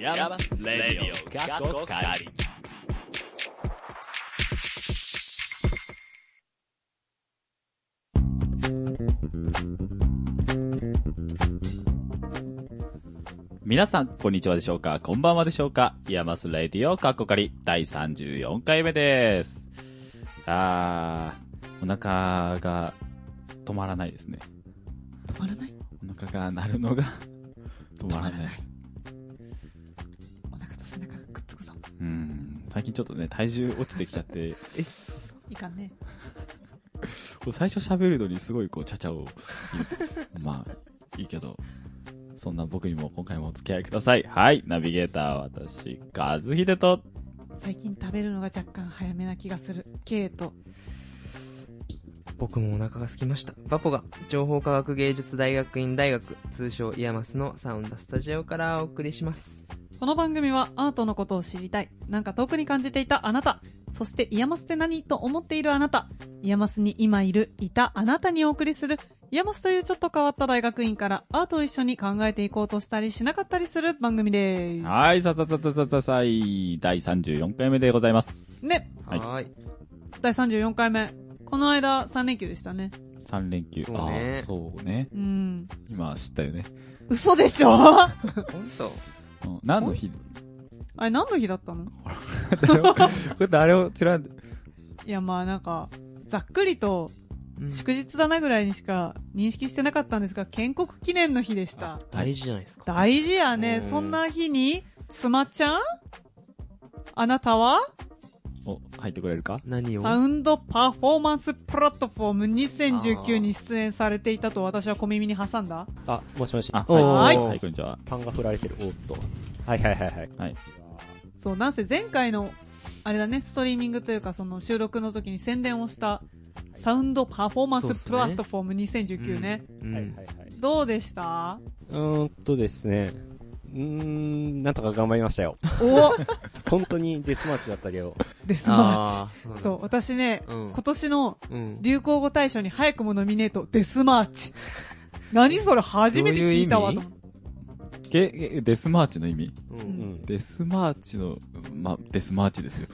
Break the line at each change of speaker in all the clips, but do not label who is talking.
ヤマスレディオ過去仮皆さん、こんにちはでしょうかこんばんはでしょうかイヤマスレディオカッコカリ第34回目です。あー、お腹が止まらないですね。
止まらない
お腹が鳴るのが止まらない。
お腹と背中がくっつくぞ
うん。最近ちょっとね、体重落ちてきちゃって、え、
いかんね
こう最初喋るのにすごいこう、ちゃちゃを、まあ、いいけど、そんな僕にも今回もお付き合いください。はい、ナビゲーター私、和秀と、
最近食べるのが若干早めな気がする K と
僕もお腹が空きました。パポが情報科学芸術大学院大学、通称イヤマスのサウンドスタジオからお送りします。
この番組はアートのことを知りたいなんか遠くに感じていたあなたそしてイヤマスって何と思っているあなたイヤマスに今いるいたあなたにお送りするイヤマスというちょっと変わった大学院からアートを一緒に考えていこうとしたりしなかったりする番組で
はい、さささささささい、第34回目でございます。
すね
はい
はーい。
第34回目この間3連休でしたね
3連休。
そうね
ああ、そうね。
うん
今知ったよね。
嘘でしょ
ほんと。
うん何の日
あれ何の日だったの
だよ。これ誰を知らん。
いやまあなんかざっくりと
うん
祝日だなぐらいにしか認識してなかったんですが建国記念の日でした
大事じゃないですか。
大事やね
うん
そんな日に妻ちゃんあなたは
お、入ってくれるか
何を
サウンドパフォーマンスプラットフォーム2019に出演されていたと私は小耳に挟んだ
あ、もしもし。
あ、
おー
はい。はい、こんにちは。
パンが振られてる。おーっと。はいはいはいはい。
はい。
そうなんせ前回のあれだねストリーミングというかその収録の時に宣伝をしたサウンドパフォーマンスプラットフォーム2019ね
う
はいはい
ん
はい。
どうで した
うーんとですね。うーん、なんとか頑張りましたよ。
お
本当にデスマーチだったけど。
ですマッチ
あー、そうなんだ
そう、私ね、
うん
今年の
うん。
流行語大賞に早くもノミネート、デスマー チ。何それ初めて聞いたわ
ど
と
ういう
思って
け、えデスマーチの意味
う。
うんん。
デスマーチの、まあ、デスマーチですよ。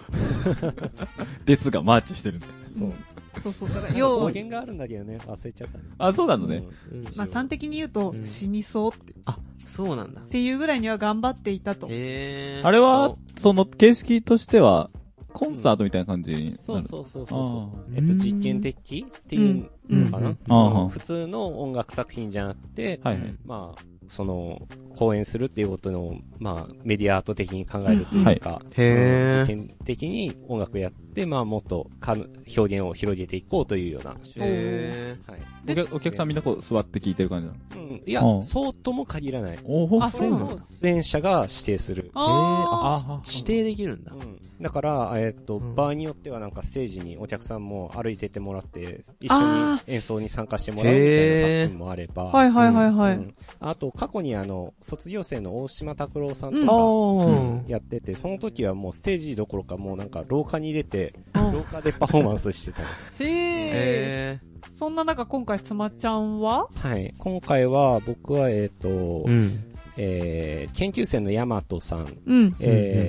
デスがマーチしてるんだ。
そう。
そうそう。だから要
語
は、
源があるんだけどね。忘れちゃったね。
あ、そうな
あ
のね。。
うん
まあ端的に言うと
う、ん
死にそうって
あ、そうなんだ
っ。ていうぐらいには頑張っていたと。
へー。
あれは
そ、
その、形式としては、コンサートみたいな感じになる。
そうそうそうそう
あ
そ
ー
う。えっと、実験的っていうのか
う
なん
うんうん
うん普通の音楽作品じゃなくて、
はいはい。
まあ、その、公演するっていうことの、まあ、メディアアート的に考えるというか、
うんへー
実験的に音楽やって、まあ、もっとかの表現を広げていこうというような。
うへ
はい。
お客お客さんみんなこう座って聞いてる感じなの。
うん、いや、
うん
そうとも限らない。
おほ
あ
そうなんだ
の出演者が指定する。
あ
あ
ー。指定できるんだ
う。ん、だから、えっと、
うん
場合によってはなんかステージにお客さんも歩いてってもらって、一緒
あ
に演奏に参加してもらうみたいな作品もあれば、
あ、はいはいはいは
う
い。
んあと、過去にあの、卒業生の大島拓郎さん
うん
と
あ
か、
ー。
やってて、その時はもうステージどころかもうなんか廊下に出て、
うん
廊下でパフォーマンスしてたの。
へえ。
へ
そんな中今回妻ちゃんは
はい。今回は僕は、えっ、と、
ー。うん。
えー研究生のヤマトさん、
うん。
うんうん
え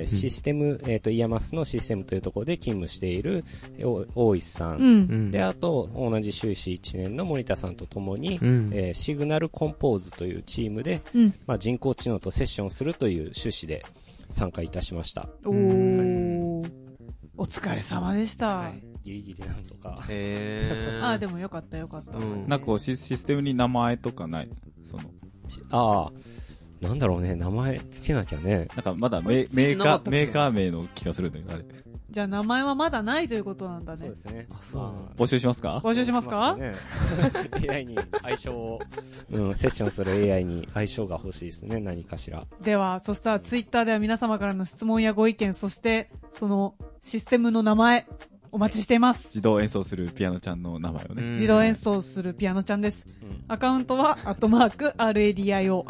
うん
ーシステム、えっ、と、イヤマスのシステムというところで勤務しているえーお大石さ。
うんん。
ん
で、あと、同じ修士1年の森田さんと共に、
うん。
えーシグナルコンポーズというチームで、
うん。
まあ、人工知能とセッションするという趣旨で参加いたしました。
おー。お疲れ様でした。
ギリギリなんとか。
へー。
ああ、でもよかったよかった。
うん
なんかこうシシステムに名前とかない。その、
ああ、なんだろうね、名前つけなきゃね。
なんかまだメ
そんな
メー
なか
カー、
ったっけ
メーカー名の気がするんだけど、あれ。
じゃあ名前はまだないということなんだね。
すね。あ、
そうなんだ
募集しますか
募集します か
?AI に相性を、うん、セッションする AI に相性が欲しいですね、何かしら。
では、そしたらツイッターでは皆様からの質問やご意見、そして、そのシステムの名前、お待ちしています。
自動演奏するピアノちゃんの名前をね。
自動演奏するピアノちゃんです。
うん
アカウントは、アットマーク、RADIOIAMAS、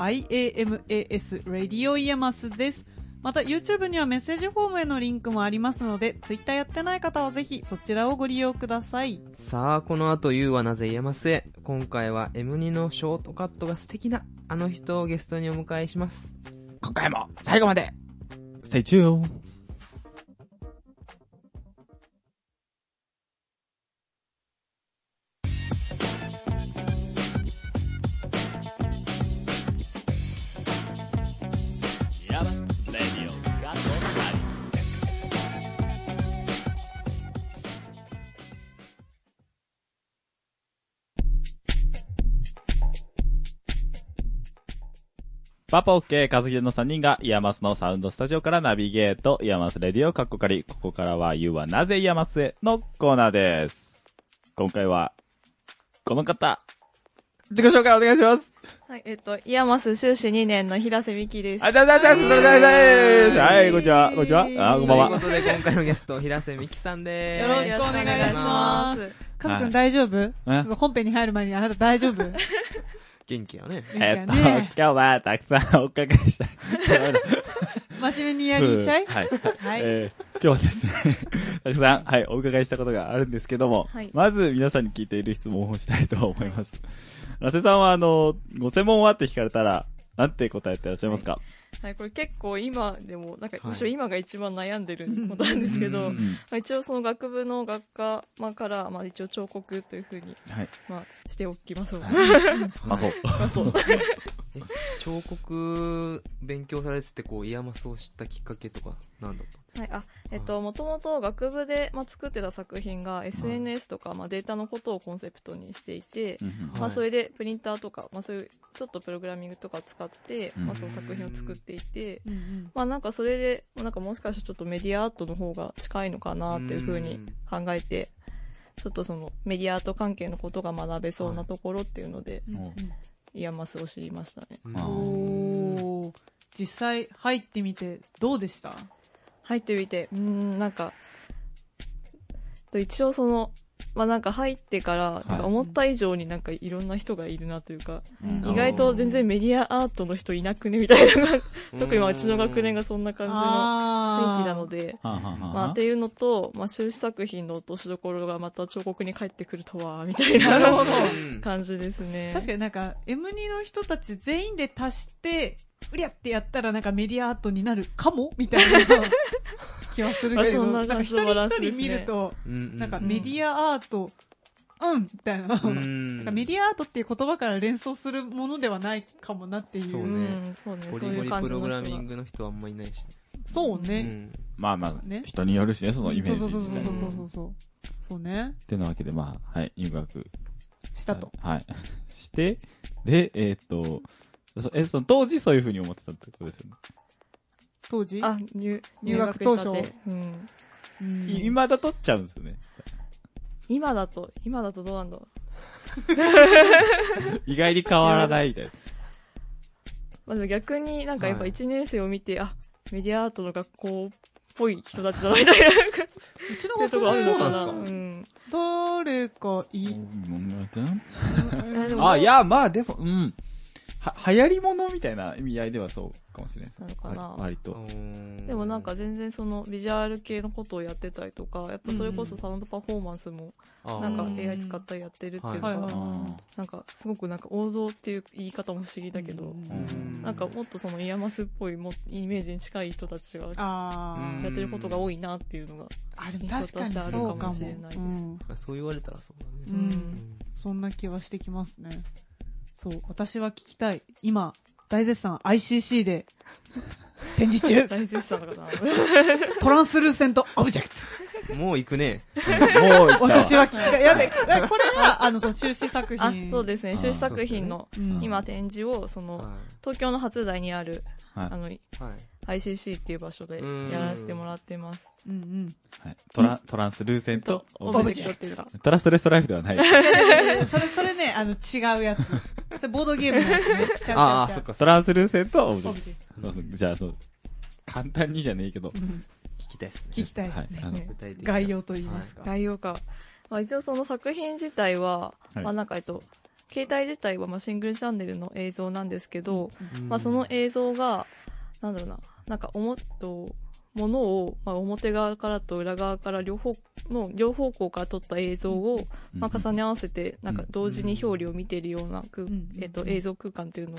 Radio IAMAS です。また、YouTube にはメッセージフォームへのリンクもありますので、ツイッターやってない方はぜひ、そちらをご利用ください。
さあ、この後 YOU はなぜ言えますへ。今回は M2 のショートカットが素敵な、あの人をゲストにお迎えします。
今回も最後まで Stay tuned! パパオッケー、カズヒデの3人がイヤマスのサウンドスタジオからナビゲート、イヤマスレディオカッコカリ。ここからは You はなぜイヤマスへのコーナーです。今回は、この方、自己紹介お願いします。
はい、えっと、イヤマス修士2年の平瀬美希です。。
ありがとうございます。ありがとうございます。はい、こんにちは。こんにちは。あ、こんばん
という
は。
ことで、今回のゲスト、平瀬美希さんで
よろ
す。
しくお願いしますカズくん大丈夫ちょ
え
っと本編に入る前にあなた大 丈夫
元気やね。
えっと、今
ね
日はたくさんお伺いした。
真面目にやりしゃい
はい。
はい。
えー今日はですね、たくさん、はい、お伺いしたことがあるんですけども、
はい
まず皆さんに聞いている質問をしたいと思います。 ラセさんは、あの、ご専門はって聞かれたら、なんて答えてらっしゃいますか、
はい、これ結構今でも、なんか、
はい
むしろ今が一番悩んでることなんですけど、
うん
まあ、一応その学部の学科、まあ、から、まあ一応彫刻というふうに、
はい。
まあしておきます。
まあ そう。
まあそう。
彫刻勉強されてて、こう、イヤマスを知ったきっかけとか、なんだっ
はい、あ、えっと、もともと学部で、まあ、作ってた作品が SNS とか、まあ、データのことをコンセプトにしていて、
うん
ま
は
あ、
い
それでプリンターとか、まあ、そういうちょっとプログラミングとか使って、
うん
まあ、その作品を作っていて、
うんうん
まあなんかそれで、なんかもしかしたらちょっとメディアアートの方が近いのかなっていうふうに考えて、ちょっとそのメディアアート関係のことが学べそうなところっていうので、
うん
も
イヤマスを知りましたね。
た
あー
おー実際入ってみてどうでした
入ってみて、うーん、なんか、と一応その、まあなんか入ってから
い、
なんか思った以上になんかいろんな人がいるなというか、
うん
意外と全然メディアアートの人いなくねみたいな、 特にまあうちの学年
が、
がそんな感じの
あ
雰囲
ー
気なので、
はあはあはあ
まあ、っていうのと、まあ、修士作品の落としどころがまた彫刻に帰ってくるとは、みたい
なるほ
な
ど
うん
感じですね。
確かになんか M2 の人たち全員で足してうりゃってやったらなんかメディアアートになるかもみたいな 気はするけれど
あそん
な
なん
か
感じ
一
のバ
人
ラン
一
スですね
人見ると
うん
なんかメディアアートうんみたいな。なんかメデ
ィ
ィアアートっていう言葉から連想するものではないかもなっていう。
そ
そう
う
うん、そうね、
ゴ
そう
リ
い
ゴ
う
リ
感
プ
じの
ログ
人が
ラミングの人あんまいないしね。う
ね。
ん
まあまあ
ね
人によるしね、そのイメージ。
そうそう
っ
そうそうそうそう。そうね。
てなわけで、まあ、はい、入学。
したと。
はい。 して、で、えーっと、そえ、その当時そういうふうに思ってたってことですよね。
当時
あ、入
入
入
学
学
当
当
初
初。うん。
うん
い今だとっちゃうんですよね。
今だと、今だとどうなんだろう。
意外に変わらないみたいな。
まあ、でも逆になんかやっぱ
はい
1年生を見て、あ、メディアアートの学校っぽい人たちだな、みたいな、なんか
うちの
そうい
学
うと
校
こあるのか
な
な。うん
ですか
ん。
誰かい、
やでも
あ、いや、まあでも、うん。は、流行り物みたいな意味合いではそうかもしれないです。
なのかな
割割と。
でもなんか、全然そのビジュアル系のことをやってたりとか、やっぱそれこそサウンドパフォーマンスもなんか
あー
AI 使ったりやってるっていうの
はい
が
はい、は
なんか、すごくなんか王道っていう言い方も不思議
い。
だけど、
う
うん
ん
なんかもっとそのイヤマスっぽいもイメージに近い人たちがや
あー
うん
ってることが多いなっていうのが。
あ、でも確かにそうかも。うん
そう言われたらそうだ
う
ね。
うん
ん。そんな気はしてきますね。そう、私は聞きたい。今、大絶賛 ICC で展示中
大絶賛だ からな。
トランスルーセントオブジェクト
もう行くね。
もう行ったわ
私は聞きたい。いやで、だこれは、あの、その、修士作
あ
品。、
そうですね。修士作品の
うん。
今展示を、その、東京の初台にある、
はい
あの、
はい。
ICC っていう場所でやらせてもらってます。
うんうん。
はいトラン、トランスルーセント。
オブジェクトっていうか。
トラストレストライフではない。
それ、それね、あの、違うやつ。それ、ボードゲームのやつね。ちゃうちゃう
ああ、
ちゃ
そうっか、
トランスルーセントオブジェ
オブ
ク
ジェク
ト。じゃあ、あの、簡単にじゃねえけど
トう。ん
聞きたいですね。
聞きたいです
は
ね。
いあの
具体的
概要と言いますか。
概要か。まあ、一応その作品自体は、
はい
まあなんかえっと、携帯自体はまあシングルチャンネルの映像なんですけど、
うん
まあその映像が、なんだろうな、なんか思っと、ものを、まあ、表側からと裏側から両方の両方向から撮った映像を、まあ、重ね合わせてなんか同時に表裏を見ているような空、
ん
えっと、映像空間というの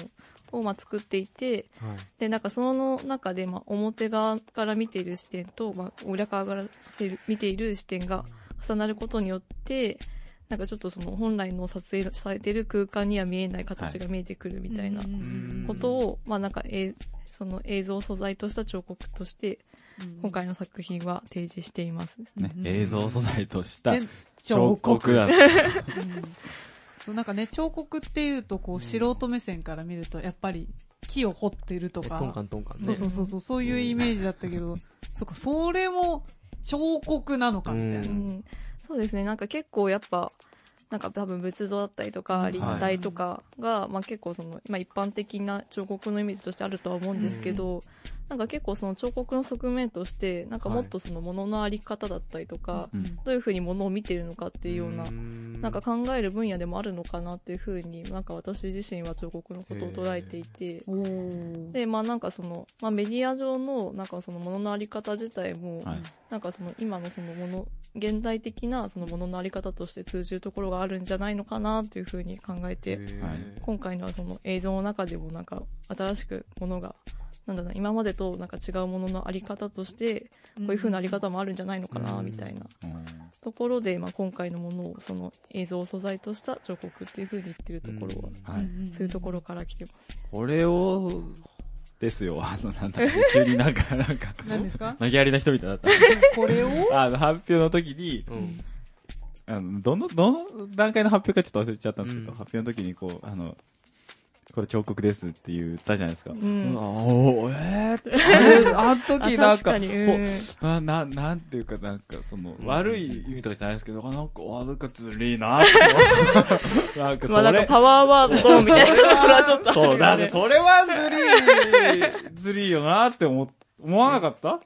を、まあ、作っていて
はい。
でなんかその中で、まあ、表側から見ている視点と、まあ、裏側からしてる見ている視点が重なることによってなんかちょっとその本来の撮影されている空間には見えない形が見えてくるみたいな
うんうん
ことを、まあなんか、えーその映像を素材とした彫刻として、
うん
今回の作品は提示しています。
ね
う、ん
映像素材とした
で
彫
彫
刻
刻
だ。
うんそうなんかね彫刻っていうとこう素人目線から見るとやっぱり木を彫ってると
えトンカ
か
ントンカンね。
そうそうそうそうそういうイメージだったけどそっかそれも彫刻なのかみたいな
う
うん
ん、そうですね。なんか結構やっぱ、なんか多分仏像だったりとか立体とかが、まあ結構その、まあ一般的な彫刻のイメージとしてあるとは思うんですけど、なんか結構その彫刻の側面として、なんかもっとそのもののあり方だったりとか、
うん
どういうふうにものを見てるのかっていうような
な
なんか、考える分野でもあるのかなっていうふうに、なんか私自身は彫刻のことを捉えていて、
おー
で、まあなんかその、まあメディア上の、なんかそのもののあり方自体も、
はい
なんかその今のそのもの、現代的なそのもののあり方として通じるところがあるんじゃないのかなっていうふうに考えて、
はい
今回のはその映像の中でもなんか新しくものが、なんだろうな、今までとなんか違うもののあり方として、こういうふうなあり方もあるんじゃないのかな、
うん
みたいな。
うん
ところで、まあ、今回のものをその映像を素材とした彫刻っていうふうに言ってるところは、
は
う
い。
んんん
そういうところから来てます、ね
これを、ですよ。あの、なんだ、急になんか、なんか、
何です か
投げやりな人みたいだった。
これを
あの、発表の時に、
うん。
あの、どの、どの段階の発表かちょっと忘れちゃったんですけど、
うん
発表の時にこう、あの、これ彫刻ですって言ったじゃないですか。
ん
あおーえーって、あれあの
あ
時なん
確
か、
かに、うん、
ほあな、なんていうかなんか、その、悪い意味とかじゃないですけど、あなんか、あなんかずりーなーって思うなんかそ
まあなんか
れ、
パワーワードみたいなところはちょっとあるよ
そう、なんか
ね
それはずりー、ずりーよなーって思、思わなかった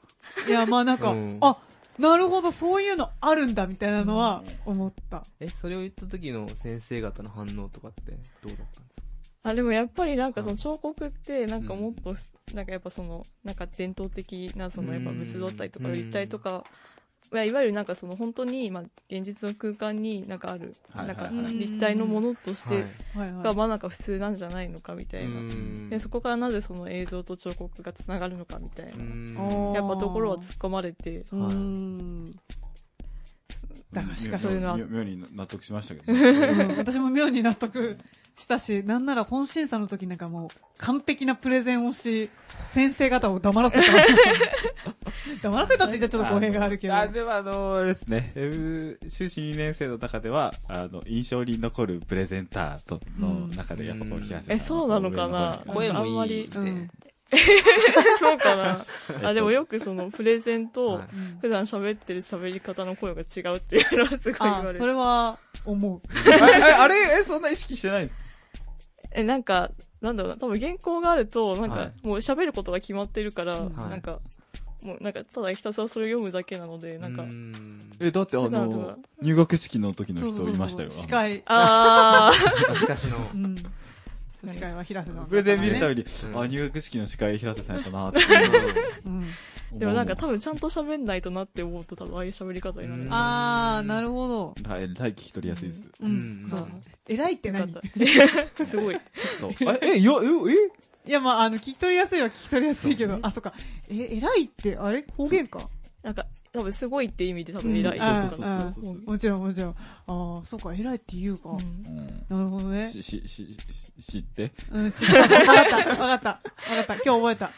いやまあなんか、
うん
あなるほどそういうのあるんだみたいなのは思った、
え、それを言った時の先生方の反応とかってどうだったんですか
あでもやっぱりなんかその彫刻ってなんかもっと、なんかやっぱそのなんか伝統的なそのやっぱ仏像だったりとか
うん
立体とか、まあ、いわゆるなんかその本当にまあ現実の空間になんかある、
はいはいはい
なんか立体のものとして
はいはい
がまあなんか普通なんじゃないのかみたいな、
うん
でそこからなぜその映像と彫刻がつながるのかみたいな、
うん
おー
やっぱところは突っ込まれて
うーんだがしかし
そういうのは
妙妙に納得しましたけど、
うん 私も妙に納得したし、なんなら本審査の時なんかもう完璧なプレゼンをし、先生方を黙らせた。黙らせたって言ったらちょっと語弊があるけど。
あ、でもあの、あれですね、えー修士2年生の中では、あの、印象に残るプレゼンターとの中で、やっぱこう、
うん
冷やせ
えそうなのかな
声もいい。
あんまり
うん
ね
そうかなあでもよくそのプレゼンと
はい
うん
普段喋ってる喋り方の声が違うっていうのはすごい言わ
あ
れ、
そ
る
れは思う。
あれ、 あれえ、そんな意識してないんです
えなんかなんだろうな多分原稿があるとなんか、
はい
もう喋ることが決まってるから、
はい
なんかもうなんかただひたすらそれを読むだけなのでなんか、
うん
え、だってあ
普段と
の
か、
入学式の時の
そうそう
人
そう
いましたよ。
司会。
ああ
懐かしの
う。ん。そう司会は平瀬さん。
プレゼン見るた
め。
びに、
うん
あ、入学式の司会平瀬さんやったなって。
うん。
でもなんか多
分。
分ちゃんと喋んないとなって思うと多分ああいう喋り方になる
うん
の
あー、なるほど。
はい、はい聞き取りやすいです。
う
うん
ん、そう。偉いって
よか
何
った。すごい。
そう。え、え、よ、え、え
いや、まあ、あの、聞き取りやすいは聞き取りやすいけど、あ、そっか。え、偉いって、あれ方言か
なんか、多分すごいって意味で多分偉い。
うん
そうそうそうそう
もちろん、もちろん。ああ、そうか、偉いって言うか。
うん
う
なるほど
ん。
ね。
し、し、し、し知って。
うん、知った。わかった、わかった。わかった。今日覚えた。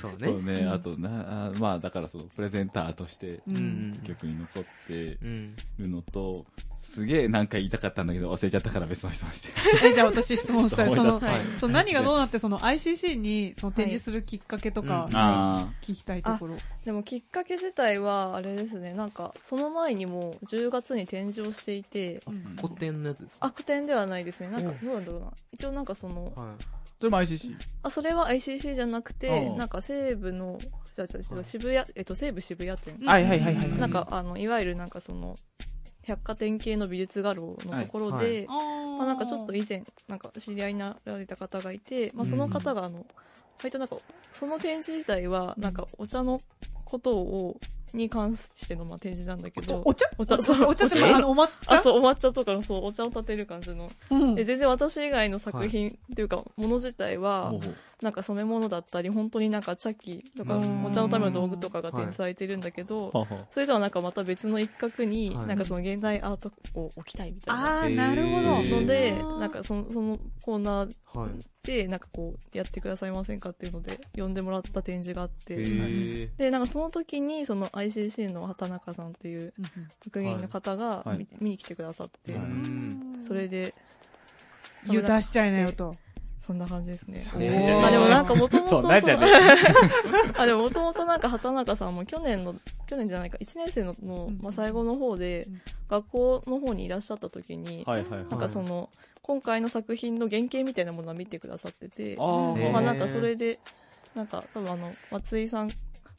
そう
そう
ね。
ね、あとな、あまあだからその、プレゼンターとして、
う。
うんん。
曲に残って
うん。
るのと、すげえなんか言いたかったんだけど、忘れちゃったから別の人にして。
え、じゃあ私質問したい。
ちょ
そ
っと思い出
の、
す
はい
その何がどうなって、その ICC にその展示するきっかけとか
はいうん、
あ
聞きたいところ。
でもきっかけ自体は、あれですね、なんか、その前にも10月に展示をしていて、
うん
古典のやつですか
悪天ではないですね。なんか
お、
どうなんだろうな。一応なんかその、
あ。
は
それも ICC。
あ、それは ICC じゃなくて
うん、
なんか西部の、じゃあじゃあじゃあ渋谷、えっと、西部渋谷店。
はいはいはいはい
なんか、あの、いわゆるなんかその、百貨店系の美術画廊のところ
はいは
で、
ま
まあ、なんかちょっと、以前なんか知り合いになられた方がいて、まあ、その方があの、割となんかその展示自体はなんかお茶のことを、に関しての、まあ、展示なんだけど。
お茶
お茶
お茶お茶っていうかあの、お抹茶
あ、そう、お抹茶とかの、そう、お茶を立てる感じの。
うん
で全然私以外の作品っていうか、もの自体は、なんか染め物だったり、本当になんか茶器とか、
うん
お茶のための道具とかが展示されてるんだけど、それとはなんかまた別の一角に、
はい
なんかその現代アートを置きたいみたいな。
あー、なるほ
あ
ど。
ー
ので、
あー
なんかその、そのコーナー
はい。
で、なんかこう、やってくださいませんかっていうので、呼んでもらった展示があって、
へ
で、なんかその時に、その ICC の畑中さんっていう
うん
学芸員の方が見,、
はい
見に来てくださって、
はい
うん。
それで、
うん油断しちゃいなよと。
そんな感じですね。
うなんじゃねえ
まあでもなんかもとも
そ
と
う、なんじゃね
あ、でももともとなんか畑中さんも去年の、去年じゃないか、1年生のもう、
うん
まあ、最後の方で
うん、
学校の方にいらっしゃった時に、
はいはいはい
なんかその、今回の作品の原型みたいなものは見てくださってて、
あ
ー
まあ
へー
なんかそれで、なんか多分あの、松井さん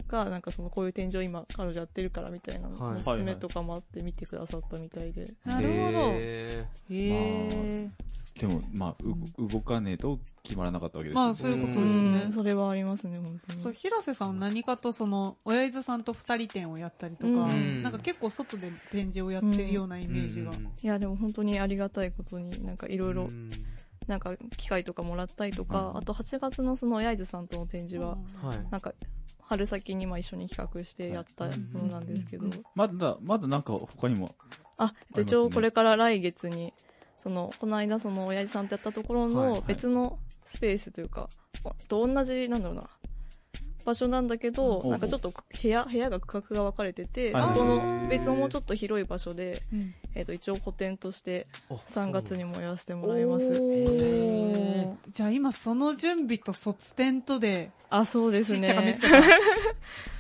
が、なんかその、こういう展示を今、彼女やってるからみたいな、
はい
おすすめとかもあって見てくださったみたいで。
なるほど。へ
へ
え。
あ。でも、まあ、う動かねえと決まらなかったわけですよ
まあ、そういうこ
う
とです
ん、
ね。
それはありますね、本当に。
そう、平瀬さん何かとその、親伊豆さんと二人展をやったりとか、
うん
なんか結構外で展示をやってるようなイ
イ
メージが。
いや、でも本当にありがたいことに、なんかい
い
ろいろ、なんか機会とかもらったりとか、
うん
あと8月のその焼津さんとの展示は、
はい。
なんか春先にまあ一緒に企画してやったものなんですけど、
うん
まだ、まだなんか他にも。
あ、えっと、
ありますね
一応これから来月に、その、この間その親父さんとやったところ
はいは
の
い
別のスペースというか、と同じ、なんだろうな、場所なんだけど、
うん
なんかちょっと部屋、部屋が区画が分かれてて、
はい
そこの別のもうちょっと広い場所で、
うん
えっと、一応個展として
あ
3月にもやらせてもらいます。
おーじゃあ今その準備と卒展とで、
あ、そうですね。
しっちゃかめっちゃか。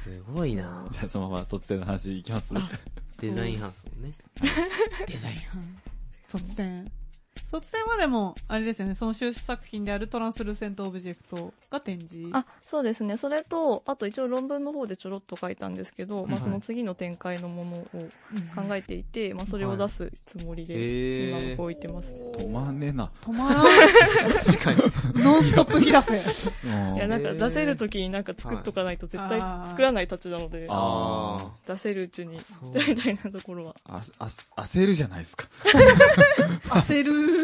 すごいな
じゃあ、そのまま卒業の話いきます。
デザインハウスもね。
デザイン班。卒展。卒展はでも、あれですよね、その修士作品であるトランスルセントオブジェクトが展示。
あ、そうですね。それと、あと一応論文の方でちょろっと書いたんですけど、ま
はい
あその次の展開のものを
うん、
考えていて、まあそれを出すつもりで、今
へ
こう言ってます。
止まねえな。
止まらん。
確かに。
ノンストップ平瀬。
いや、
あ
なんか出せる時になんか作っとかないと絶対
はいあー
作らないたちなので、
あ
出せるうちに
そう、
みたいなところは。
あ、あ、焦るじゃないですか。
焦る。
い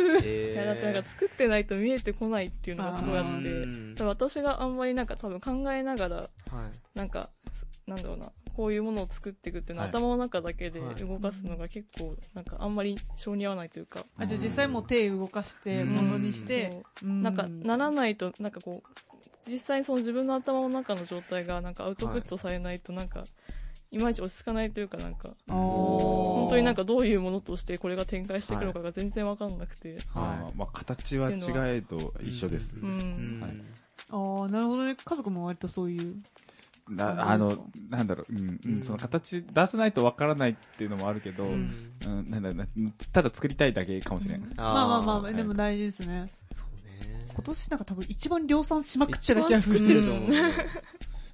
や、だってなんか作ってないと見えてこないっていうのがすごいあっ
う
て、
ん
多分私があんまりなんか多分考えながら、
はい。
なんか、すなんだろうな、こういうものを作っていくっていうのは、
はい
頭の中だけで
はい
動かすのが結構、なんかあんまり性に合わないというか、
あ、じゃあ実際もう手動かして、
うん
ものにして、うん
なんかならないと、なんかこう、実際その自分の頭の中の状態がなんかアウトプットされないと、なんか、いまいち落ち着かないというか、なんか、
おー
本当になんかどういうものとしてこれが展開していくのかが全然わかんなくて、
あ
は
ーまあ、形は違えど
い。
一緒です。
うん
う
はい
ん。
ああ、なるほどね。家族も割とそういう。
な
あ
あ
そう
の、なんだろう、うん、うん
うん
その形出せないとわからないっていうのもあるけど、
う
うんん、なんだろうな、ただ作りたいだけかもしれない。
まあまあまあ、
はい
でも大事ですね。
そうね。
今年なんか多分一番量産しまくって
一
る気が
番
す
作
る。
ってると思う。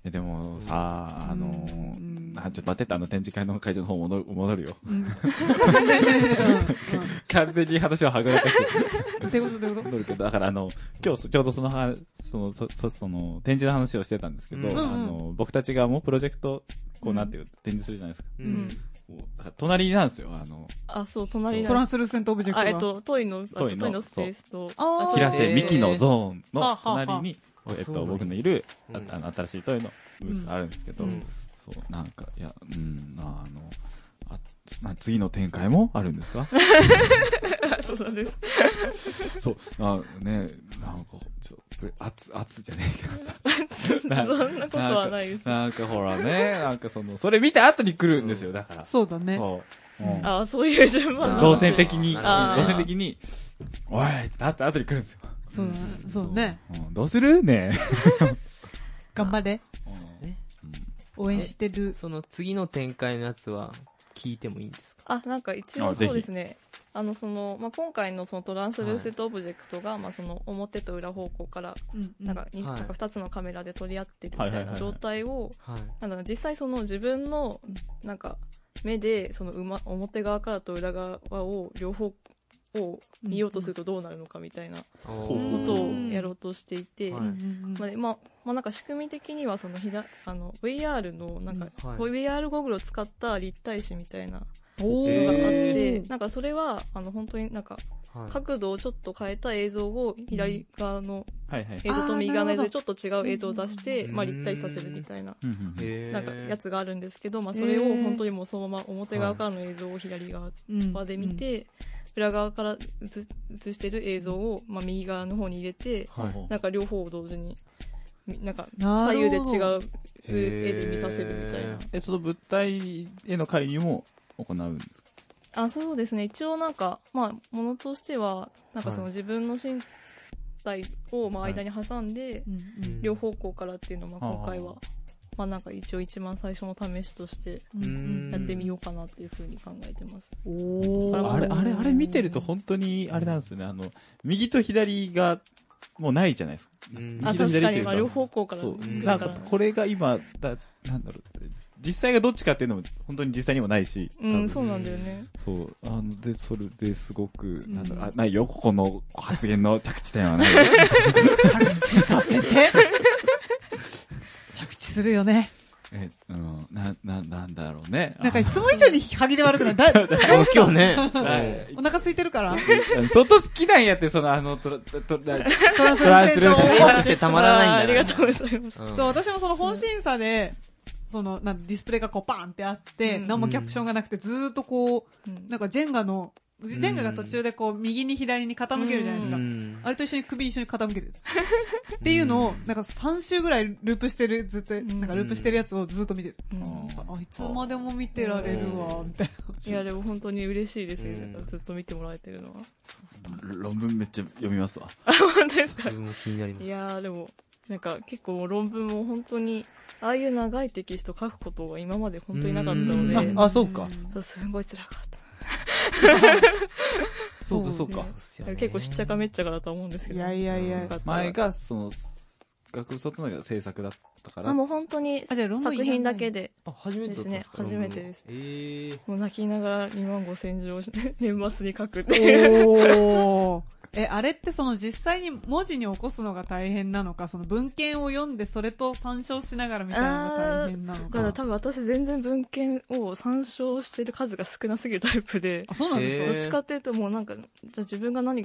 えでもさ、あのー
うん
あ、ちょっと待ってって、あの展示会の会場の方戻る戻るよ。
うん。う
完全に話をはぐらかして
んってことってこと
戻るけど、だからあの、今日そちょうどその話、その、そそその、展示の話をしてたんですけど、
うん
あの、僕たちがもうプロジェクト、こうなっていう展示するじゃないですか。
う
うん
ん。
こうだから隣なんですよ、あの、
あ、そう、隣
トラ
の
ン、スルセントオブジェクト
あ、
が。
えっと、トイの、あ
ト
と
イの
トイのスペースと、
あー
平瀬
えー
美希のゾーン
はあ
の
はあはあ
隣に、えっ
そうな
と、
んだ
僕のいる、あ
うん
あの、新しいトイのブースがあるんですけど、
うん
そう、なんか、いや、うん、なあの、あな次の展開もあるんですか
そうなんです。
そう、あね、なんか、ちょ、プレ圧、圧じゃね
そんなことはないです
え。。なんかほらね、なんかその、それ見た後に来るんですよ、だから。
そうだね。
そう。うん
あ、そういう順
そ
番
う
なん
動
ですね
線的に、
あ
ー
動線的に、おいってなって後に来るんですよ。
そうだね。そうね。
うんどうするね
頑張れ。
え。
ね
うん
応援してる。
その次の展開のやつは聞いてもいいんですか
あ、なんか一
あ
応
ぜひ
そうですね。あの、その、まあ、今回のそのトランスルーセットオブジェクトが、まあ、その表と裏方向から、
うんう
なんか、に
はい
なんか二つのカメラで取り合ってる
はい
み
はい
た
はいは
い
い
な状態を、
はい。
なんだろう、実際その自分の、なんか、目で、その、うま、表側からと裏側を両方、を見ようとするとどうなるのかみたいな
う
こ
ん
とをやろうとしていて、
は
う
い
んうん
まあ、まあ、まあ、なんか仕組み的にはそのひだあの VR のなんか、
はい
VR ゴーグルを使った立体視みたいなのが
お
あっ
ー
て
へ
なんかそれはあの本当になんか
はい
角度をちょっと変えた映像を左側の
はいはい
映像と右側の映像
あ
で
ー
ちょっと違う映像を出して、
うん
まあ、立体視させるみたいな。
うんうんうん
へー
なんかやつがあるんですけど、まあ、それを本当にもうそのまま表側からの映像を左側
うん
側で見て、裏側から映す映してる映像を、まあ、右側の方に入れて、
ほうほう
なんか両方を同時に、みなんか
なるほ
左
ど
右で違
へ
う
ー
絵で見させるみたいな。
え、その物体への介入も行うんですか
あ、そうですね。一応なんか、まあ、ものとしては、なんかその
は
自分の身体を、まあ、
はい
間に挟んで、
うんうん
両方向からっていうのを、まあ、
あー
今回は、まあ、なんか一応一番最初の試しとして、
うんうん
やってみようかなっていうふうに考えてます。
おー
あれ、あれ、あれ見てると本当に、あれなんですよね、あの、右と左が、もうないじゃないですか。
うん
あ、
右と
確か
左とい
に、
うか
まあ、両方向から。
そう。
ん
なんか、これが今、だ、なんだろう。実際がどっちかっていうのも、本当に実際にもないし。
う
多
ん、
分
そうなんだよね。
そう。あの、で、それですごく、なんだろう、
うん
あ、ないよ、ここの発言の着地点はない。
着地させて 着地するよね
え、うん、な、な、なんだろうね。
なんかいつも以上に歯切れ悪くないだ
あ今日ね。
あはい
お腹空いてるから
あの相当好きなんやって、その、あの、トラ、トラ、トラ
トランス
トランスル
ル
ー
ーセント
怖くてたまら
あー
な
あ
いん
り
だ
が
な。
とうございます。
う
そ
ん
う、私もその本審査で、その、なんディスプレイがこうパーンってあって、
うん
何もキャプションがなくて、ずーっとこ
うん
う、なんかジェンガの、ジェンガが途中でこう、右に左に傾けるじゃないです
う
か。
ん
あれと一緒に首一緒に傾けてる。っていうのを、なんか3週ぐらいループしてる、ずっと、
ん
なんかループしてるやつをずっと見てる。
うん
うん
あ、いつまでも見てられるわ、みたい
いや、でも本当に嬉しいですね。
うん
なんかずっと見てもらえてるのは。
論文めっちゃ読みますわ。
本当ですか
自分も気になりま
い
す。
やーでも、なんか結構論文も本当に、ああいう長いテキスト書くことが今まで本当になかったの
う
で
ん、
あ、そうか。
そうすごい辛かった。
そうか、そうか。
そうっすよね
結構しっちゃかめっちゃかだと思うんですけ
な。
ど。
いやいやいや。
よかった
前が、その、学部卒のが制作だったから。
あ、もう本当に
あじゃあ論文
作
いらない
品だけで、
あ、初めてだったんか
ですね初めてです。
えー
もう泣きながら2万5千字を 年末に書くっていう。
おー。え、あれってその実際に文字に起こすのが大変なのか、その文献を読んでそれと参照しながらみたいなのが大変なの
ただ
か。
多分私全然文献を参照してる数が少なすぎるタイプで
あ、、そうなんです
へ
か
ど
ー
っちかっていうともうなんか、じゃあ自分が何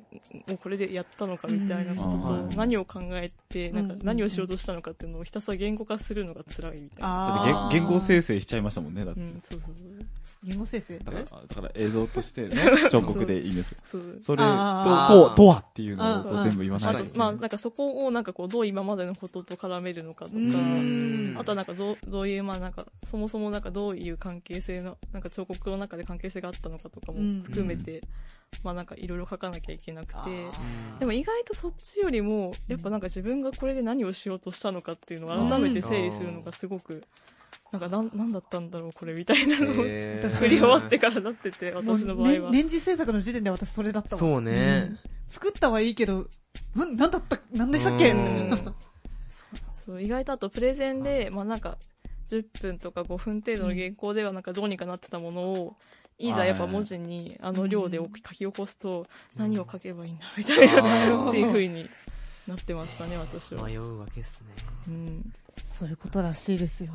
をこれでやったのかみたいなこ
うん
とと、何を考えて、なんか
うん
何をしようとしたのかっていうのをひたすら言語化するのが辛いみたいな。
だ
あ
って言言語生成しちゃいましたもんね、だっ
う
て。
ん、そうそうそう。
言語生成
だから、だから映像として ね、彫刻でいいんですよ。
そう
それと、
あ
ー
と、とはっていうのを
うん
こう全部言わな
あ
い
確
と
かに
と、まあ、なんかそこをなんかこう、どう今までのことと絡めるのかとか、
ん
あとはなんかどう、どういう、まあなんか、そもそもなんかどういう関係性の、なんか彫刻の中で関係性があったのかとかも含めて、まあなんかいろいろ書かなきゃいけなくて、で
も、
も意外とそっちよりも、やっぱなんか自分がこれで何をしようとしたのかっていうのを改めて整理するのがすごく、なんかなん、なんだったんだろうこれみたいなのを、
えー
作り終わってからなってて、私の場合
も
は。
うね年次制作の時点で私それだったわ。
そうね。
作ったはいいけど、な、なんだった、なんでしたっけ
う
み
ん
たいな。
そう、意外とあとプレゼンで、まあなんか、10分とか5分程度の原稿ではなんかどうにかなってたものを、いざやっぱ文字にあの量で書き起こすと、何を書けばいいんだみたい
あー
な、っていう風になってましたね、私は。
迷うわけっすね。
うん。
そういうことらしいですよ。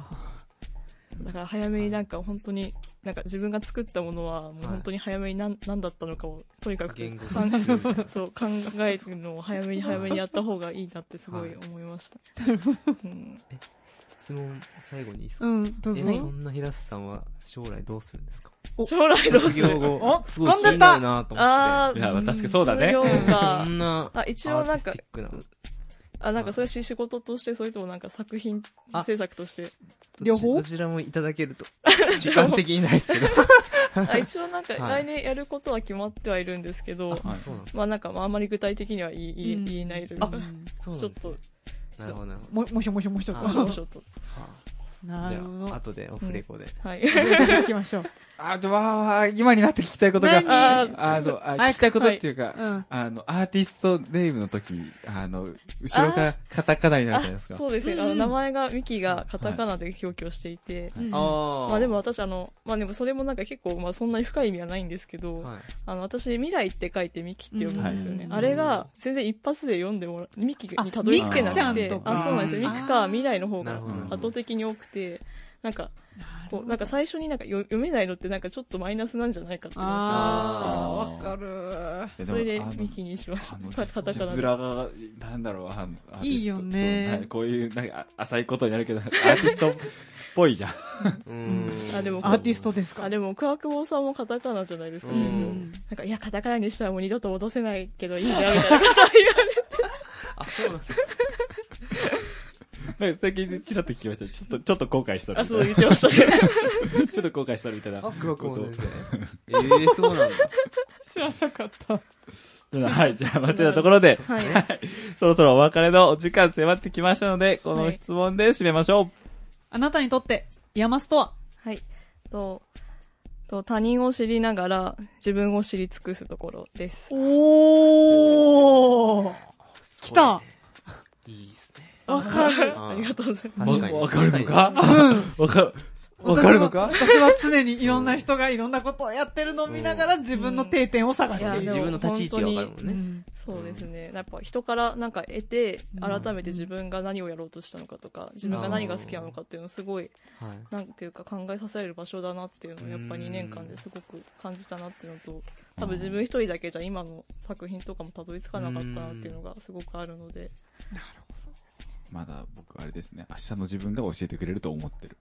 だから早めになんか本当に、なんか自分が作ったものは、もう本当に早めに何何だったのかを、とにかく
言語
かん
化するみたいな
そう考えるのを早めに早めにやった方がいいなってすごい思いました。うん
質問、最後にいいっすか
うん、どう
え、
ぞ。
そんな平瀬さんは将来どうするんですか
将来どう
卒
する
業後
お、
すごい気になるなと思っ
ああ。
いや確かにそうだね
そう
て。
か
こ んな、
あ、一応なんか
アーティスティッ、クな
あ、なんかそれは仕事として、それともなんか作品
あ
制作として。
両方
どちらもいただけ ると。時間的にないですけど。
あ、一応なんか
はい
来年やることは決まってはいるんですけど、
はい
そうなん
まあなんかまああんまり具体的には言い言い
うん
言えないという
あ
か、
うん
そう
ち
な
ょ
ん
っ
ですね。なる
と
ほどなるほ
も、もしょもしょもしょ。
あ
もしょもしょと。
ど。は
なるほ
じゃあ、
ど。
後でオフレコで。
はい。
行きましょう。
あと、わーわー今になって聞きたいことが、
何
ああの、あ聞きたいことっていうか、
うん。
あの、アーティストネームの時、あの、後ろがカタカナになるじゃないですか。
そうですね。あ
うんう
の、
ん
名前がミキがカタカナで表記をしていて、
うん
あ
まあでも、私、あの、まあでもそれもなんか結構、まあそんなに深い意味はないんですけど、
は
あの、私、未来って書いてミキって読むんですよね。
うん
あれが、全然一発で読んでもら、ミキにたどり着けな
あ
く
ミキち
て
ゃんと、
あ
か
そうなんですよ。
うん
ミキか未来の方
な
が
るほど
圧
なるほど
倒的に多くて、なんか、
なる
こう、なんか最初になんかよ読めないのってなんかちょっとマイナスなんじゃないかって思うんですよ
あ
あー
ー、わかる。
いや
それで
もあの
ミキにしまし
あの、
た。カタカナ
実
で。
面が、なんだろう、あの、アーティスト
いいよね
そうはいこういう、なんか、浅いことになる けど、アーティストっぽいじゃん。
い。うん。
あでも
アーティストです
あ、
か。
でも、クワクボさんもカタカナじゃないですか。
う
うん
なん
ん。
か、いや、カタカナにしたらもう二度と戻せないけど、いいな、みたいなこと言われて。
あ、そうなんだ。
なんか最近ちらっと聞きました。ちょっと、ちょっと後悔した
あ、
みた
そう
い
言ってましたね。
な。ちょっと後悔したみたいな。
あ、黒子
こ
先生。ええ、そうなんだ。
知らなかった。
とはい、じゃあ、待ってたところで、
はい。
そろそろお別れのお時間迫ってきましたので、この質問で締めましょう。
あなたにとって、ヤマスとは
はい。と、と、他人を知りながら、自分を知り尽くすところです。
おー 来た
いいっすね。
わかる。
ありがとうございます。
確かに。
わわかるのかわかる。わかるのか
私は私は常にいろんな人がいろんなことをやってるのを見ながら自分の定点を探してい
いや
る。
自分の立ち位置がわかるもん
う
ね。
ん
そうですね。やっぱ人からなんか得て、
うん
改めて自分が何をやろうとしたのかとか、自分が何が好きなのかっていうのをすごい、
はい。
なんていうか考えさせられる場所だなっていうのをやっぱ
うん
2年間ですごく感じたなっていうのと、多分自分一人だけじゃ今の作品とかもたどり着かなかったなっていうのがすごくあるので、
まだ僕あれですね、明日の自分が教えてくれると思ってる。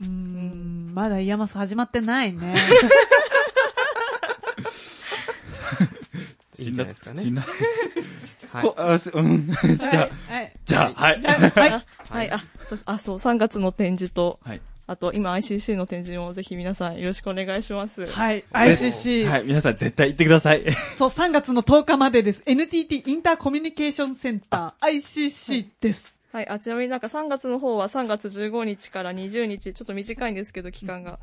うーん、まだイヤマス始まってない ね。
いいんじゃないですかね
死んだ。
はい
こあしうん。じゃあ、
はい。
じゃあ、はい。
はい。
はい、あ、そあ、そう、3月の展示と、
はい。
あと今 ICC の展示もぜひ皆さんよろしくお願いします。
はい。
は
ICC。
い、皆さん絶対行ってくださ い。
そう、3月の10日までです。NTT インターコミュニケーションセンター、ICC です。
はい、あ、ちなみになんか3月の方は3月15日から20日、ちょっと短いんですけど、期間が。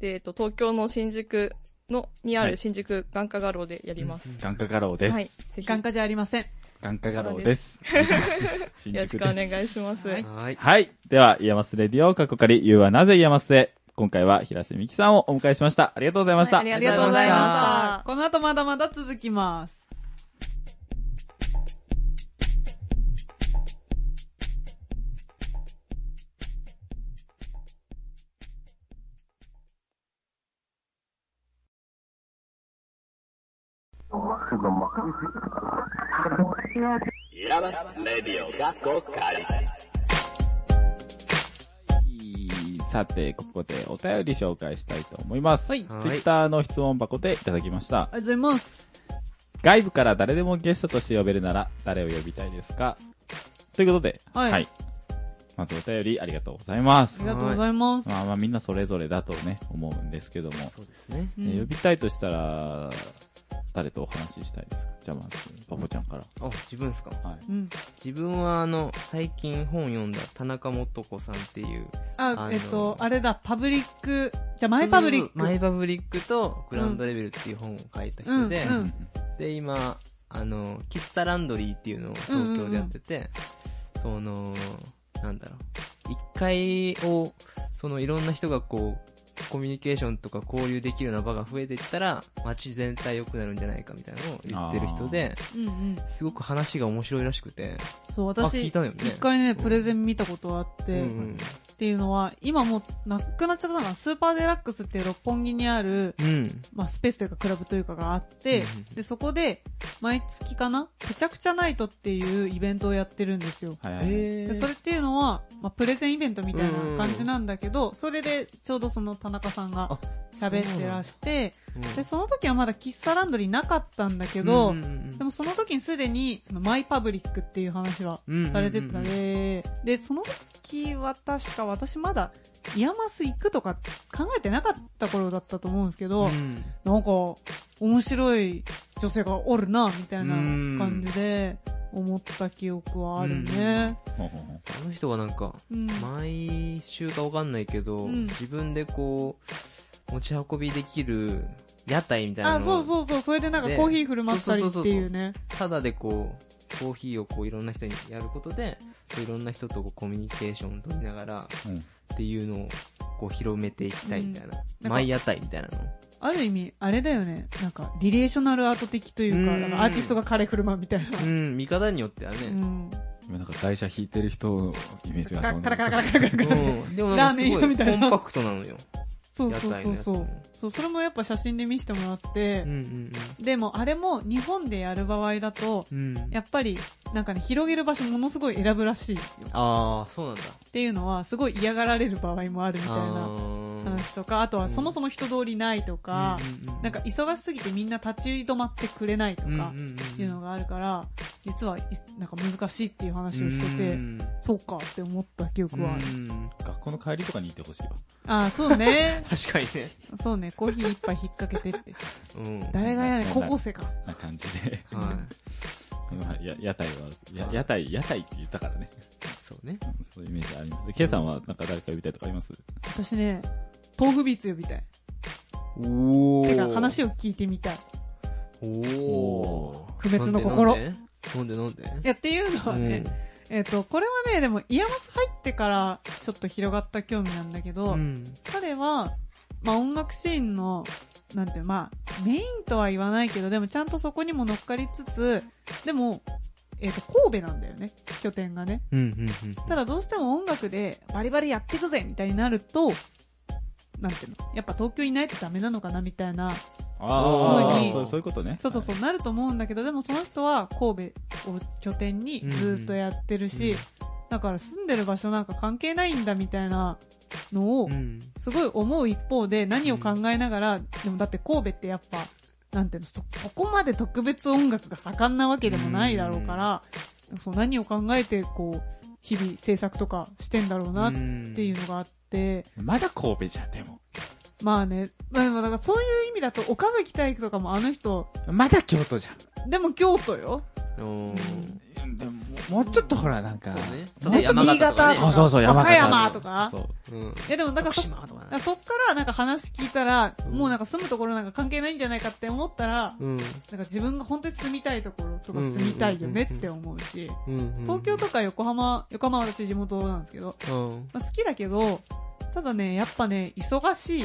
で、えっと、東京の新宿の、にあ
はい
る新宿眼科画廊でやります。
眼科画廊で
はい
す。、
ぜひ。
眼科じゃありません。
眼科画廊です。 新
よろし
宿
くお
です。
願いします。
はい
はい。
はい。では、イヤマスレディオ、過去から言うはなぜイヤマスへ。今回は平瀬美希さんをお迎えしました。ありがとうございました。
はいありがとうございました
この後まだまだ続きます。
さて、ここでお便り紹介したいと思います。
はい
ツイッターの質問箱でいただきました。
ありがとうございます。
外部から誰でもゲストとして呼べるなら、誰を呼びたいですかということで、
はい
まずお便りありがとうございます
あり。がとうございます。
まあまあみんなそれぞれだとね、思うんですけども。
そうですね。
う
えー呼
ん
びたいとしたら、誰とお話ししたいですかじゃあまず、パポちゃんから。
あ、自分ですか
はい。
うん。
自分はあの、最近本読んだ田中もとこさんっていう。あ
あ
の、
えっと、あれだ、パブリック、じゃあマイパブリック。
マイパブリックとグランドレベルっていう本を書いた人で、
うんうん
で、今、あの、喫茶ランドリーっていうのを東京でやってて、その、なんだろう、一階を、そのいろんな人がこう、コミュニケーションとか交流できるような場が増えていったら、街全体良くなるんじゃないかみたいなのを言ってる人で、
うんうん。
すごく話が面白いらしくて、
そう、
あ、聞
私、
いたのよね。
一回ね、プレゼン見たことあって、
うんうん
っていうのは、今もうなくなっちゃったのが、スーパーデラックスっていう六本木にある、
うん。
まあ、スペースというかクラブというかがあって、
うんうん
で、そこで、毎月かなくちゃくちゃナイトっていうイベントをやってるんですよ。
はいはいはい。
え
でそれっていうのは、まあ、プレゼンイベントみたいな感じなんだけど、それでちょうどその田中さんが
あ
喋ってらして、
うん
で、その時はまだ喫茶ランドリーなかったんだけど、
うんうんうん
でもその時にすでに、そのマイパブリックっていう話は
うんうんうんうん
されてたね。で、その時は確か私まだ、イヤマス行くとか考えてなかった頃だったと思うんですけど、
うん
なんか、面白い女性がおるな、みたいな感じで思った記憶はあるね。
ほうほうほう
あの人はなんか、
うん。
毎週かわかんないけど、
うん
自分でこう、持ち運びできる屋台みたいな
あ、
の
そ
を
う、そうそう、それでなんか
で
コーヒー振る舞ったりっていうね。
ただでこう、コーヒーをこういろんな人にやることで、いろんな人とこうコミュニケーションを取りながら、
うん
っていうのをこう広めていきたいみたいな。
うん
毎屋台みたいなの。
ある意味、あれだよね。なんか、リレーショナルアート的というか、
うん
なんかアーティストが彼振る舞うみたいな。
うん、見方によってはね。
うん。
今なんか台車引いてる人のイメージ
カ
が
ラ
頭
カ
の
ラ
中
カラ
に
カラカラカラカラ。
うん、でもなんか
ラーメ
す
ン
ご
屋みたい
い
な
コンパクトなのよ。
そう
屋
そう
台
そ
の
う
やつ
そう
も。。
そう、それもやっぱ写真で見せてもらって
うん、うん
でもあれも日本でやる場合だと、
うん。うん。
やっぱり、なんかね、広げる場所ものすごい選ぶらしいよ。
ああ、そうなんだ。
っていうのは、すごい嫌がられる場合もあるみたい
あ
な
ー
話とか、あとは
うん
そもそも人通りないとか、
うんうんうん
なんか忙しすぎてみんな立ち止まってくれないとか
うん、うん
っ
う
ていうのがあるから、実はいなんか難しいっていう話をして
う
て、
ん
そうかって思った記憶はある。
うん。
学校の帰りとかにいてほしいわ。
ああ、そうね
確かにね。
そうね。コーヒー一杯引っ掛けてって。
うん。
誰がやねん、
そう
高
だ
校生か。
な感じで。
は
まあや屋台は、や屋台、屋台って言ったからね。
い。そうね。
うんそういうイメージあります。ケイさんはなんか誰か呼びたいとかあります
私ね、豆腐ビーツ呼びたい。
お
てか、話を聞いてみたい。
お
お
お
不滅の心。い
なんでなんでなんで
や、っていうのはね、えっと、これはね、でも、イヤマス入ってから、ちょっと広がった興味なんだけど、
ん。
彼は、まあ、音楽シーンの、なんて、まあ、メインとは言わないけど、でもちゃんとそこにも乗っかりつつ、でも、えっ、と、神戸なんだよね、拠点がね。
うんうんうん。
ただどうしても音楽でバリバリやってくぜみたいになると、なんていうのやっぱ東京いないとダメなのかなみたいな、
あ
うん
あ、そうそういうことね。
そうそうそうなると思うんだけど、でもその人は神戸を拠点にずっとやってるし、
うん
だから住んでる場所なんか関係ないんだみたいなのを
うん。
すごい思う一方で何を考えながら、でもだって神戸ってやっぱ、なんていうの、そ、そこまで特別音楽が盛んなわけでもないだろうから、そう何を考えてこう、日々制作とかしてんだろうなっ
ん
ていうのがあって、
まだ神戸じゃん、でも。
まあね、まあでもだからそういう意味だと岡崎体育とかもあの人、
まだ京都じ
でも京都よ。
おー
ゃん。でも、もうちょっとほら、なんか
そう。ね。
も
例
っ
えば
と新潟
山
と
形
か、
ねそうそうそう山形
和歌山とか。
そう。
とかねうん。
いやでもだから
徳
そ
島とか
だか
ね
らそっからなんか話聞いたら、
うん
もうなんか住むところなんか関係ないんじゃないかって思ったら、
うん。
なんか自分が本当に住みたいところとか住みたいよねって思うし、
うん。
東京とか横浜、横浜は私地元なんですけど、
か。うん。
まあ、好きだけど、ただね、やっぱね、忙しい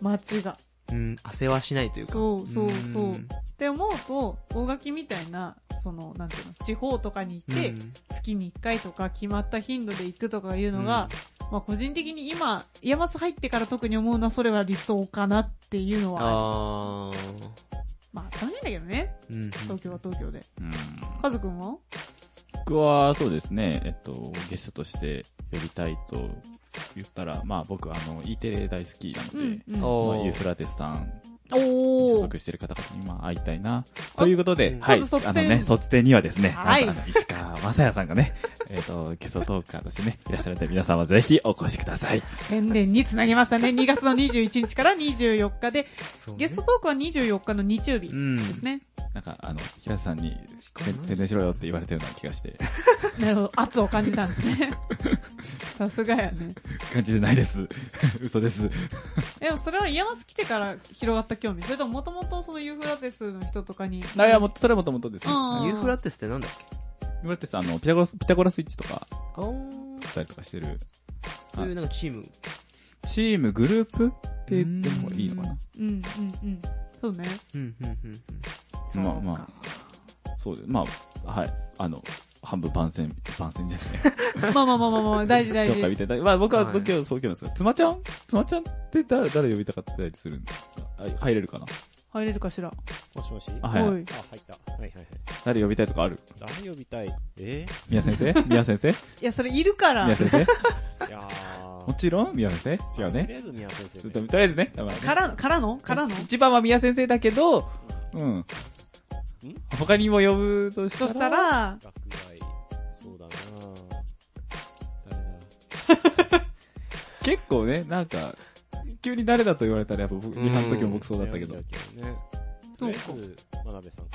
街が。
うん。汗はしないというか。
そうそうそうんって思うと、大垣みたいな、その、なんていうの、地方とかに行って、
うん
月に1回とか決まった頻度で行くとかいうのが、まあ個人的に今、イヤマス入ってから特に思うのはそれは理想かなっていうのは、
あ
まあ楽しいんだけどね、
ーうん。
東京は東京で。
うん。
カズくんは
僕は、そうですね、えっと、ゲストとして呼びたいと言ったら、まあ僕、あの、E テレ大好きなので、
うん
お
まあ、
ー
ユーフラテスさん
お
所
ー
属してる方々にまあ会いたいな。ということで
う、ん
はい。
ちょっと卒
あの
典
ね、卒展にはですね、
はい
なんとあの石川正也さんがね、 えっと、ゲストトーカーとしてね、いらっしゃるので皆様ぜひお越しください。
宣伝につなげましたね。2月の21日から24日で、
そうね
ゲストトークは24日の日曜日ですね。
なんか、あの、平瀬さんに、せ宣伝しろよって言われたような気がして、
なるほど。圧を感じたんですね。さすがやね。
感じてないです。 嘘です。
でもそれはイヤマス来てから広がった興味。それとももともとそのユーフラテスの人とかに。
あ、いや、もう、それはもともとですね。
うん
ユーフラテスってなんだっけ
今ってさ、あの、ピタゴラス、ピタゴラスイッチとか、
あー
したりとかしてる、
そういうなんかチーム。
チーム、グループって言ってもいいのかな
うんうんうん。そうね。
うんうんうんうん。
そう
まあまそうです。まあ、はい。あの、半分番宣、番宣ですね。
あ。まあまあまあまあまあ、大事 大
紹介
事
み。たいな。まあ僕は、
はい
僕はそう興味ですが、つまちゃんつまちゃんって誰、誰呼びたかったりするんですかあ入れるかな
入れるかしら。
もしもし
あ、
あ、
はい。
おい。
入った。はいはいはい。
誰呼びたいとかある
誰呼びたいえ
宮先生宮先生
いや、それいるから
宮。先生
ーいやー
もちろん宮先生違う
とり
ね。
あえず宮先生
と
ね。
とりあえずね。だからね
からの、からのからの
一番は宮先生だけど、うん。他にも呼ぶとしたら、
そしたら、
学外、そうだな誰だ
結構ね、なんか、急に誰だと言われたらやっぱ僕、
うん
リハの時も僕そうだったけど
悩ん。じゃうけどね。と
そう
りあ
か
えず、真鍋さんか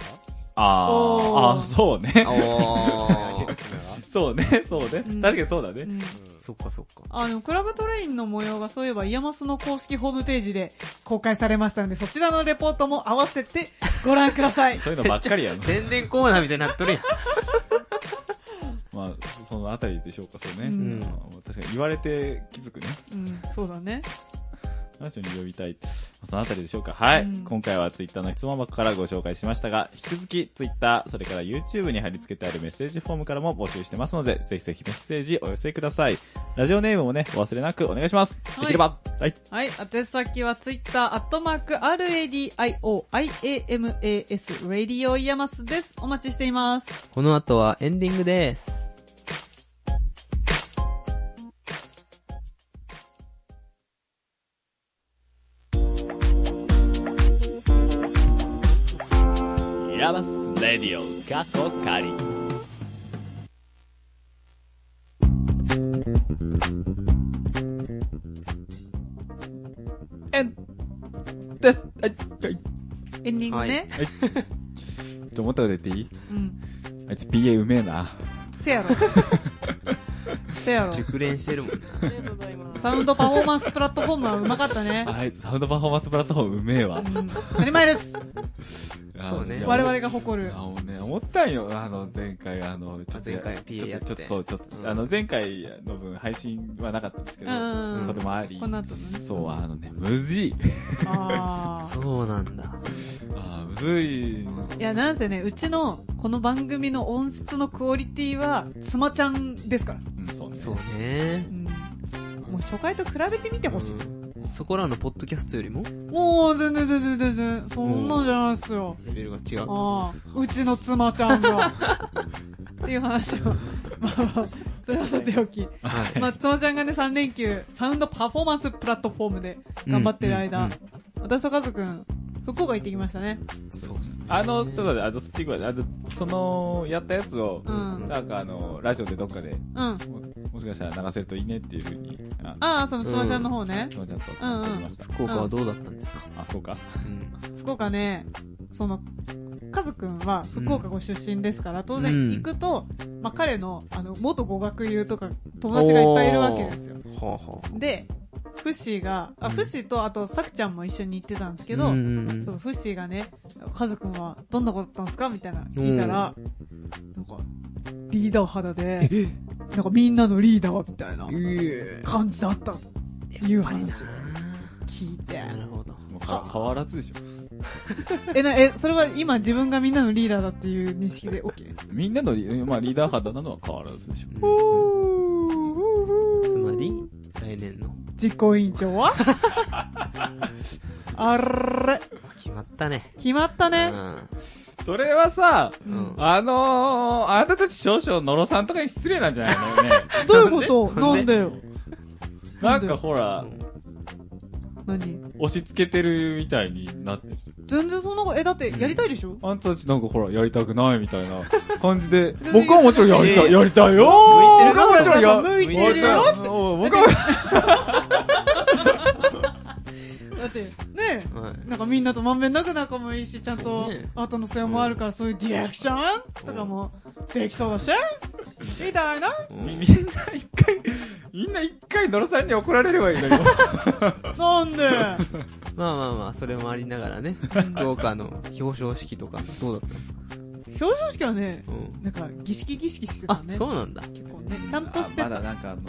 あーあー、そうね。
あー
そうね、そうね。
うん
確かにそうだね
う。ん
そっかそっか。
あの、クラブトレインの模様がそういえば、イヤマスの公式ホームページで公開されましたので、そちらのレポートも合わせてご覧ください。
そういうのばっかりや の。
宣伝コーナーみたいになっとるやん。
まあ、そのあたりでしょうか、そうね。
うん
まあ確かに言われて気づくね。
うん、そうだね。
ラジオに呼びたい。そのあたりでしょうか。はい。
うん
今回はツイッターの質問箱からご紹介しましたが、引き続きツイッター、それから YouTube に貼り付けてあるメッセージフォームからも募集してますので、ぜひぜひメッセージお寄せください。ラジオネームもね、お忘れなくお願いします。
はい
できれば。はい。
はい、宛先はツイッターアットマーク RADIOIAMAS、ラディオイヤマスです。お待ちしています。
この後はエンディングです。
イラバスレディオ、過去仮。えんです。はい。はい。
エンディングね。
ちょ、もっと出ていい
うん。
あいつ PA うめえな。
せ やろ。せやろ。
熟練してるもんな。
ありがとうございます。
サウンドパフォーマンスプラットフォームはうまかったね。
あいつサウンドパフォーマンスプラットフォームうめえわ
う。ん、当たり前です。
そうね
いや
我々が誇る
あ。のね、思ったんよ。あの、前回、あの、ちょっと。
前回
ちょ
PA や
っ
っ
と、
て
ちょっと、そう、ちょっ
うん
と、あの、前回の分、配信はなかったんですけど、
うん
それもあり
こ、の後のね。
そう、あのね、むずい。
ああ。
そうなんだ。
あーむずい。
いや、なんせね、うちのこの番組の音質のクオリティは、妻ちゃんですから。
うん、そうね。
そうね
う。ん。もう初回と比べてみてほしい。
うんそこらのポッドキャストよりも
もう、全然全然全然、そんなんじゃないっすよ。
レベルが違う。
ああ、うちの妻ちゃんが。っていう話を、まあまあ、それはさておき。
はい。
まあ、妻ちゃんがね、3連休、サウンドパフォーマンスプラットフォームで頑張ってる間、
うんうん
私とカズくん、福岡行ってきましたね。
そうですね
あの、ちょっと待って、あの、そっち行くわ。あの、その、やったやつを
う、ん。
なんかあの、ラジオでどっかで、
うん。
ももしかしたら流せるといいねっていうふうに、あ、
ああ、その妻ちゃんの方ね。
そうちゃんと話しておりました。
福岡はどうだったんですか
あ、そうか。
福岡ね、その、カズくんは福岡ご出身ですから、当
う
然
ん
行くと、まあ、彼の、あの、元語学友とか友達がいっぱいいるわけですよ。
はあはあ。
で、フッシーが、あ、
うん
フッシーと、あと、サクちゃんも一緒に行ってたんですけど、
うんうん
そうフッシーがね、カズくんはどんな子だったんですかみたいな聞いたら、なんか、リーダー肌で、なんかみんなのリーダーみたいな
うんえ
感じだったという話を聞いて
え。なるほど。
もうか変わらずでしょ。
え、な、え、それは今自分がみんなのリーダーだっていう認識で OK?
みんなのリ、まあ、リーダー肌なのは変わらずでしょ。
つまり、来年の。
実行委員長はあれ
決まったね。
決まった
う
ね。
ん。
それはさ、
うん。
あのー、あなたたち少々野呂さんとかに失礼なんじゃないのね。
どういうこと
な
なんん
で
だよ。
なんかほら、
何
押し付けてるみたいになってる。
全然そんなこと、え、だってやりたいでしょ
あんたたちなんかほら、やりたくないみたいな感じで、僕はもちろんやりたい、やりたいよ
向い
僕はもち
てる
ろんや
向いてるよ
僕は僕は
だって、ね
はい
え。なんかみんなとまんべんなく仲もいいし、ちゃん
そ
と
うね
後の世話もあるから、そういうディレクションとかもできそうだし、みたいな。
みみんな一回、みんな一回野呂さんに怒られればいいんだけど。
なんで
まあまあまあ、それもありながら ね、福岡の表彰式とか、どうだったんですか
表彰式はね、
うん。
なんか儀式儀式してた
あ、
ね。
そうなんだ。
結構ね、ちゃんとして
あま
た。
だなんかあの、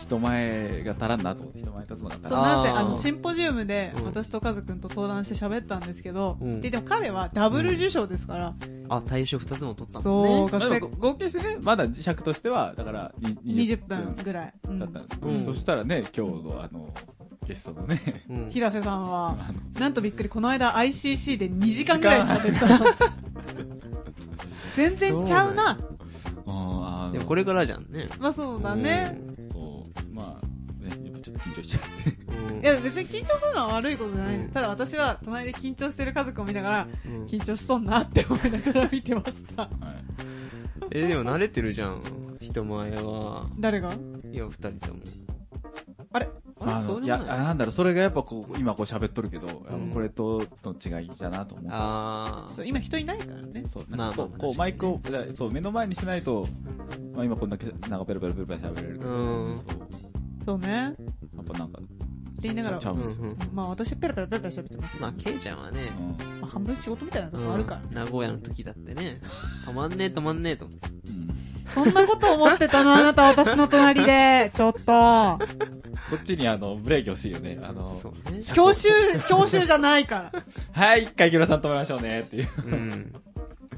人前が足らんなと思って、人前立つのが足らん
そう、
あー
なんせ、あの、シンポジウムで
う、ん
私とカズくんと相談して喋ったんですけど、
うん
で、でも彼はダブル受賞ですから、
あ、大賞二つも取ったもん
そう、
ね。
まあで
学生
も合計してね、まだ尺としては、だから、に
20分ぐらい。う
だったん
ん
です、
うん
そしたらね、今日のあの、ゲストのね、
うん。
平瀬さんは、
あの
なんとびっくり、この間 ICC で2時間ぐらい喋った。全然ちゃうな。
あーあの
でもこれからじゃんね。
まあそうだね。
そう、まあ、ね、やっぱちょっと緊張しちゃ
うん。
いや、別に緊張するのは悪いことじゃない。
うん
ただ私は隣で緊張してる家族を見ながら、
うん
緊張しとんなって思いながら見てま した。
う。はい。
え、でも慣れてるじゃん。人前は。
誰が
いや、二人とも。
あれ
あ
あ
れそ
の
う
い
で
や
もない。
なんだろうそれがやっぱこう今こう喋っとるけど、あ
うん
のこれとの違いだなと思う
あ
そう今人いないからね。
そう
まあまあ
なんかこ
ま
う
あ
こうマイクを
確
だからそう目の前にしないと、まあ、今こんだけなんかペラペラペラペラ喋れるけど、
うん
そう
そうね。
やっぱなんか
って言いながら
ちゃ
あ。
うんですよ、
ん。
まあ私ペラペラペラペラ喋ってますよ
まあ、ケイちゃんはね、
うん
まあ半分仕事みたいなと
うん
こあるから。
名古屋の時だってね、止まんねえ止まんねえと思って。
そんなこと思ってたのあなた私の隣で。ちょっと。
こっちにあのブレーキ欲しいよねあの
そうね。
教習、教習じゃないから。
はい一回木村さん止めましょうねっていう
うん。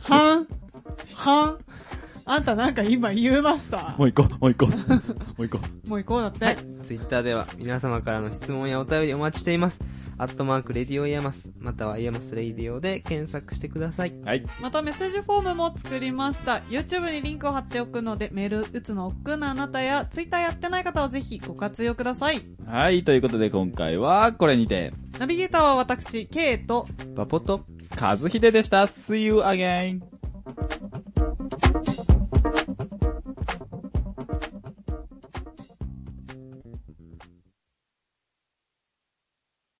はん。はん。あんたなんか今言えました。
もう行こうもう行こう もう行こ
もう行こうだって。
はい。ツイッターでは皆様からの質問やお便りお待ちしています。アットマークレディオイヤマス、またはイヤマスレディオで検索してください。
うはい
またメッセージフォームも作りました。YouTube にリンクを貼っておくので、メール打つの億劫なあなたや、Twitter やってない方はぜひご活用ください。
はいということで今回はこれにて
ナビゲーターは私、K と、
バポと、
和秀でした See you again